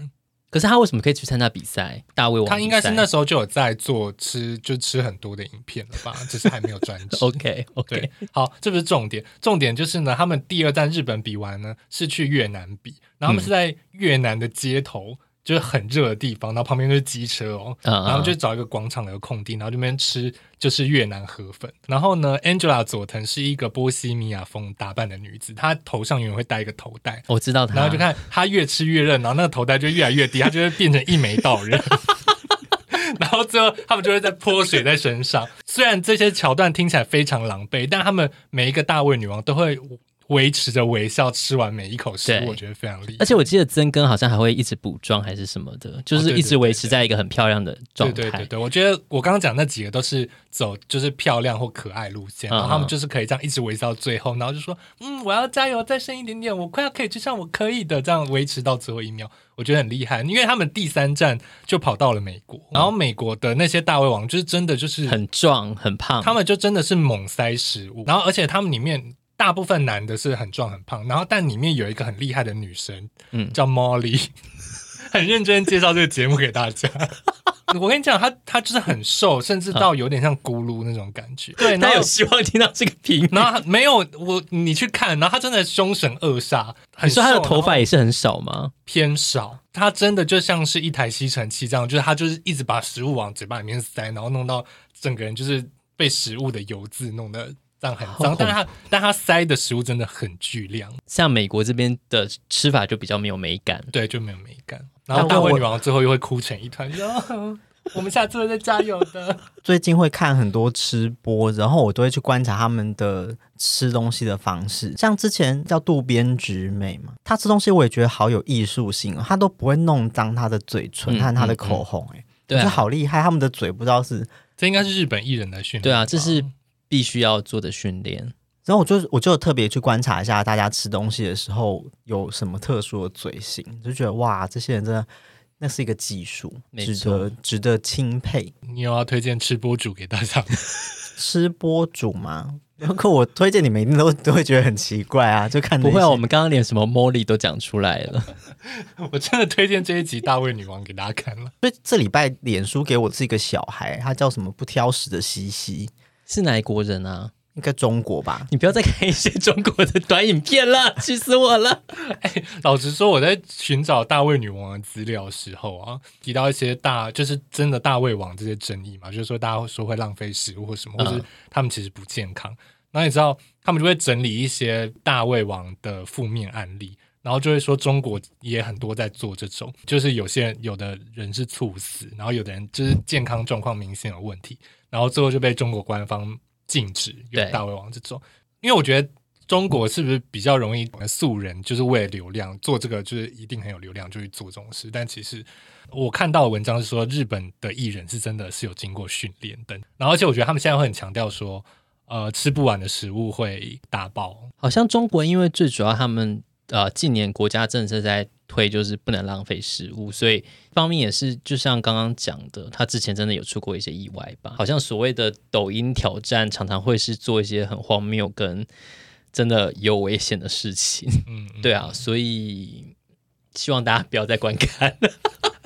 可是他为什么可以去参加比赛？大胃王比赛？。
她应该是那时候就有在做吃就吃很多的影片了吧，只是还没有专职
OK OK
对。，好，这不是重点，重点就是呢，他们第二站日本比完呢，是去越南比，然后他们是
嗯
在越南的街头，就是很热的地方，然后旁边就是机车哦，
嗯嗯
然后就找一个广场有个空地，然后这边吃就是越南河粉。然后呢，Angela 佐藤是一个波西米亚风打扮的女子，她头上永远会戴一个头带。
我知道他。
然后就看她越吃越热，然后那个头带就越来越低，她就会变成一眉 道人。然后最后他们就会在泼水在身上。虽然这些桥段听起来非常狼狈，但他们每一个大胃女王都会维持着微笑吃完每一口食
对
物，我觉得非常厉害
而。且我记得曾根好像还会一直补妆还是什么的，就
哦对
是
对
一直维持在一个很漂亮的状
对
态。
对对对，我觉得我刚刚讲那几个都是走就是漂亮或可爱路线，
嗯
然后他们就是可以这样一直维持到最后，然后就说嗯，我要加油，再剩一点点，我快要可以追上，我可以的，这样维持到最后一秒，我觉得很厉害，因为他们第三站就跑到了美国，
嗯
然后美国的那些大胃王就是真的就是
很壮很胖。
他们就真的是猛塞食物，然后而且他们里面大部分男的是很壮很胖，然后但里面有一个很厉害的女生，
嗯
叫 Molly，很认真介绍这个节目给大 家。我跟你讲，她她就是很瘦，甚至到有点像咕噜那种感觉。对，然
他
后
嗯有希望听到这个评语。
然后她没有我，你去看，然后她真的凶神恶煞，很
你说他的
瘦
头
然后
发也是很少吗？
偏少，它真的就像是一台吸尘器这样，就是它就是一直把食物往嘴巴里面塞，然后弄到整个人就是被食物的油渍弄得这样很
好
脏。但它但它塞的食物真的很巨量，
像美国这边的吃法就比较没有美感。
对，就没有美感。然后
但
大
我
胃女王最后又会哭成一 团，就说、哦我们下次会再加油的。
最近会看很多吃播，然后我都会去观察他们的吃东西的方式。像之前叫渡边直美嘛，她吃东西我也觉得好有艺术性、哦，她都不会弄脏她的嘴唇
嗯
和她的
嗯
口红、哎、
对
我觉得
啊，
好厉害。他们的嘴不知道是，
这应该是日本艺人的训练吧。
对啊，这是必须要做的训练。
然后我就我就特别去观察一下大家吃东西的时候有什么特殊的嘴型，就觉得哇，这些人真的。那是一个技术，
没
值
错
得值得钦佩。
你有要推荐吃播主给大家吗？
吃播主嘛，可我推荐你们一定都都会觉得很奇怪啊，
嗯
就看
不会啊，
那些
我们刚刚连什么 Molly 都讲出来 了。
我真的推荐这一集大胃女王给大家看了。
所以这礼拜脸书给我是一个小孩，他叫什么不挑食的西西，
是哪一国人啊？
应该中国吧？
你不要再看一些中国的短影片了， 气死我了！
老实说，我在寻找大胃女王的资料的时候啊，提到一些大就是真的大胃王这些争议嘛，就是说大家会说会浪费食物或什么，
嗯
或者他们其实不健康。然后你知道，他们就会整理一些大胃王的负面案例，然后就会说中国也很多在做这种，就是有些人有的人是猝死，然后有的人就是健康状况明显有问题，然后最后就被中国官方禁止有
对
大胃王这种。因为我觉得中国是不是比较容易素人，就是为了流量做这个，就是一定很有流量就去做这种事。但其实我看到的文章是说，日本的艺人是真的是有经过训练等，然后而且我觉得他们现在会很强调说，呃，吃不完的食物会打爆。
好像中国因为最主要他们呃近年国家政策在推就是不能浪费食物，所以方面也是就像刚刚讲的，他之前真的有出过一些意外吧？好像所谓的抖音挑战常常会是做一些很荒谬跟真的有危险的事 情，
嗯，嗯
对。啊，所以希望大家不要再观看。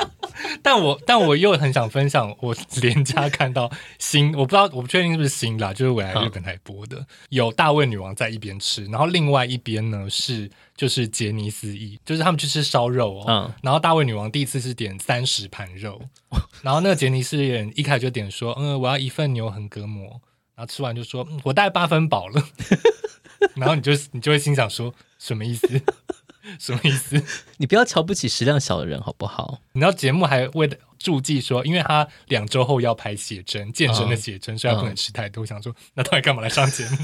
但我但我又很想分享， 我连家看到新，我不知道我不确定是不是新啦，就是未来日本台播的，有大胃女王在一边吃，然后另外一边呢是就是杰尼斯一，就是他们去吃烧肉哦，
嗯
然后大胃女王第一次是点三十盘 肉，然后那个杰尼斯人一开始就点说，嗯，我要一份牛横膈膜，然后吃完就说，嗯，我大概八分 饱了，然后你就你就会心想说，什么意思？ 什么意思？
你不要瞧不起食量小的人好不好？
你知道节目还为了注记说，因为他两周后要拍写真，健身的写真，所以他不能吃太多。我想说，那到底干嘛来上 节目？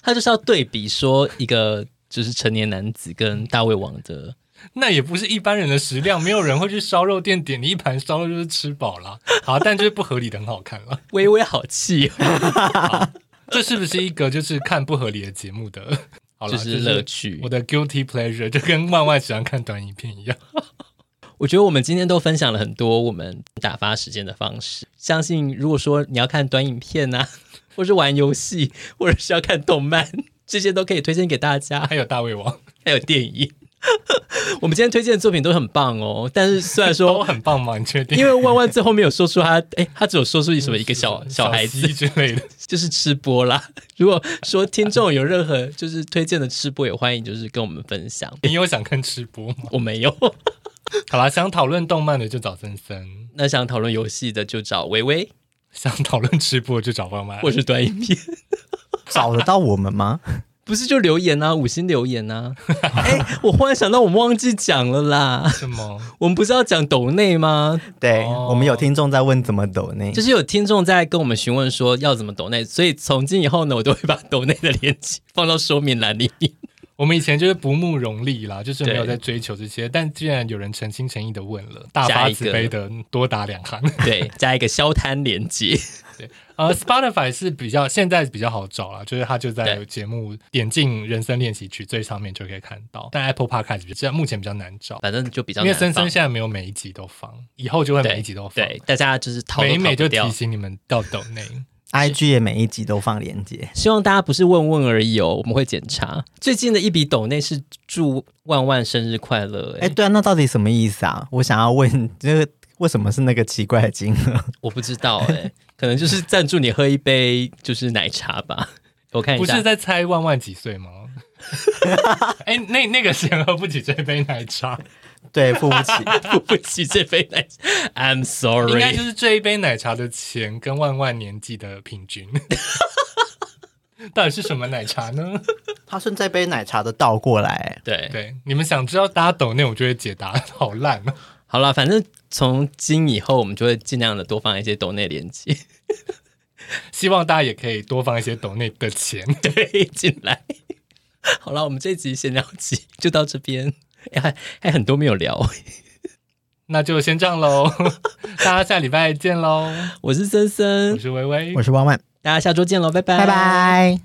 他就是要对比说一个就是成年男子跟大胃王的
那也不是一般人的食量，没有人会去烧肉店点你一盘烧肉就是吃饱啦。好，但就是不合理的很好看了。
微微好气、哦，
这是不是一个就是看不合理的节目的？好啦
就是乐趣。
我的 guilty pleasure 就跟万万喜欢看短影片一样。
我觉得我们今天都分享了很多我们打发时间的方式。相信如果说你要看短影片啊， 或是玩游戏，或者是要看动漫，这些都可以推荐给大家。
还有大胃王
还有电影， 我们今天推荐的作品都很棒 哦。但是虽然
都
说，
很棒吗？你确定？
因为万万最后没有说出他，哎，他只有说出什么一个小 小孩
小
子
鸡，之类的，
就是吃播啦。如果说听众有任何就是推荐的吃播，也欢迎就是跟我们分享。
你有想看吃播吗？
我没有，
好啦，想讨论动漫的就找森森，
那想讨论游戏的就找微微，
想讨论吃播就找万万。
或是短影片，
找得到我们 吗？
不是就留言啊，五星留言啊。 哎、我忽然想到，我们忘记讲了啦。
什么？
我们不是要讲抖内吗？
对、
哦
我们有听众在问怎么抖呢？
就是有听众在跟我们询问说要怎么抖内，所以从今以后呢，我都会把抖内的链接放到说明栏里面。
我们以前就是不慕荣利啦，就是没有
对
在追求这些。但既然有人诚心诚意的问了，大
加
发
一个
慈悲的多打两行。
对，加一个消摊链接。
呃，Spotify 是比较现在比较好找啦，就是它就在
对
节目点进人生练习曲最上面就可以看到。但 Apple Podcast 比较这样目前比较难找，
反正就比较
因
难放
为森森现在没有每一集都放，以后就会每
对
一集都放。
对，大家就是逃都
每
逃
每就
不
提
掉。
醒你们到抖 内。
IG 也每一集都放链接，
希望大家不是问问而已哦，我们会检查。最近的一笔抖内是祝万万生日快乐、
哎、
哎、
对啊，那到底什么意思啊？我想要问，就是为什么是那个奇怪的金额？
我不知道哎、可能就是赞助你喝一杯就是奶茶吧。我看一
不
下，
是在猜万万几岁吗？ 哎、那那个谁喝不起这杯奶茶，
对，付不起，
付 不起这杯奶茶，I'm
应该就
sorry。
是这一杯奶茶的钱跟万万年纪的平均。 到底是什么奶茶呢？
他顺这杯奶茶的倒过来，
对，
对，你们想知道大家抖那，我就会解答，好烂哦、
好了，反正从今以后我们就会尽量的多放一些抖内链接，
希望大家也可以多放一些抖内的钱。
对，进来。好了，我们这集闲聊集就到这边，哎、还还很多没有聊。
那就先这样喽，大家下礼拜见喽。
我是森
我
森，
是微微，
我是汪万，
大家下周见喽，拜拜，
拜拜。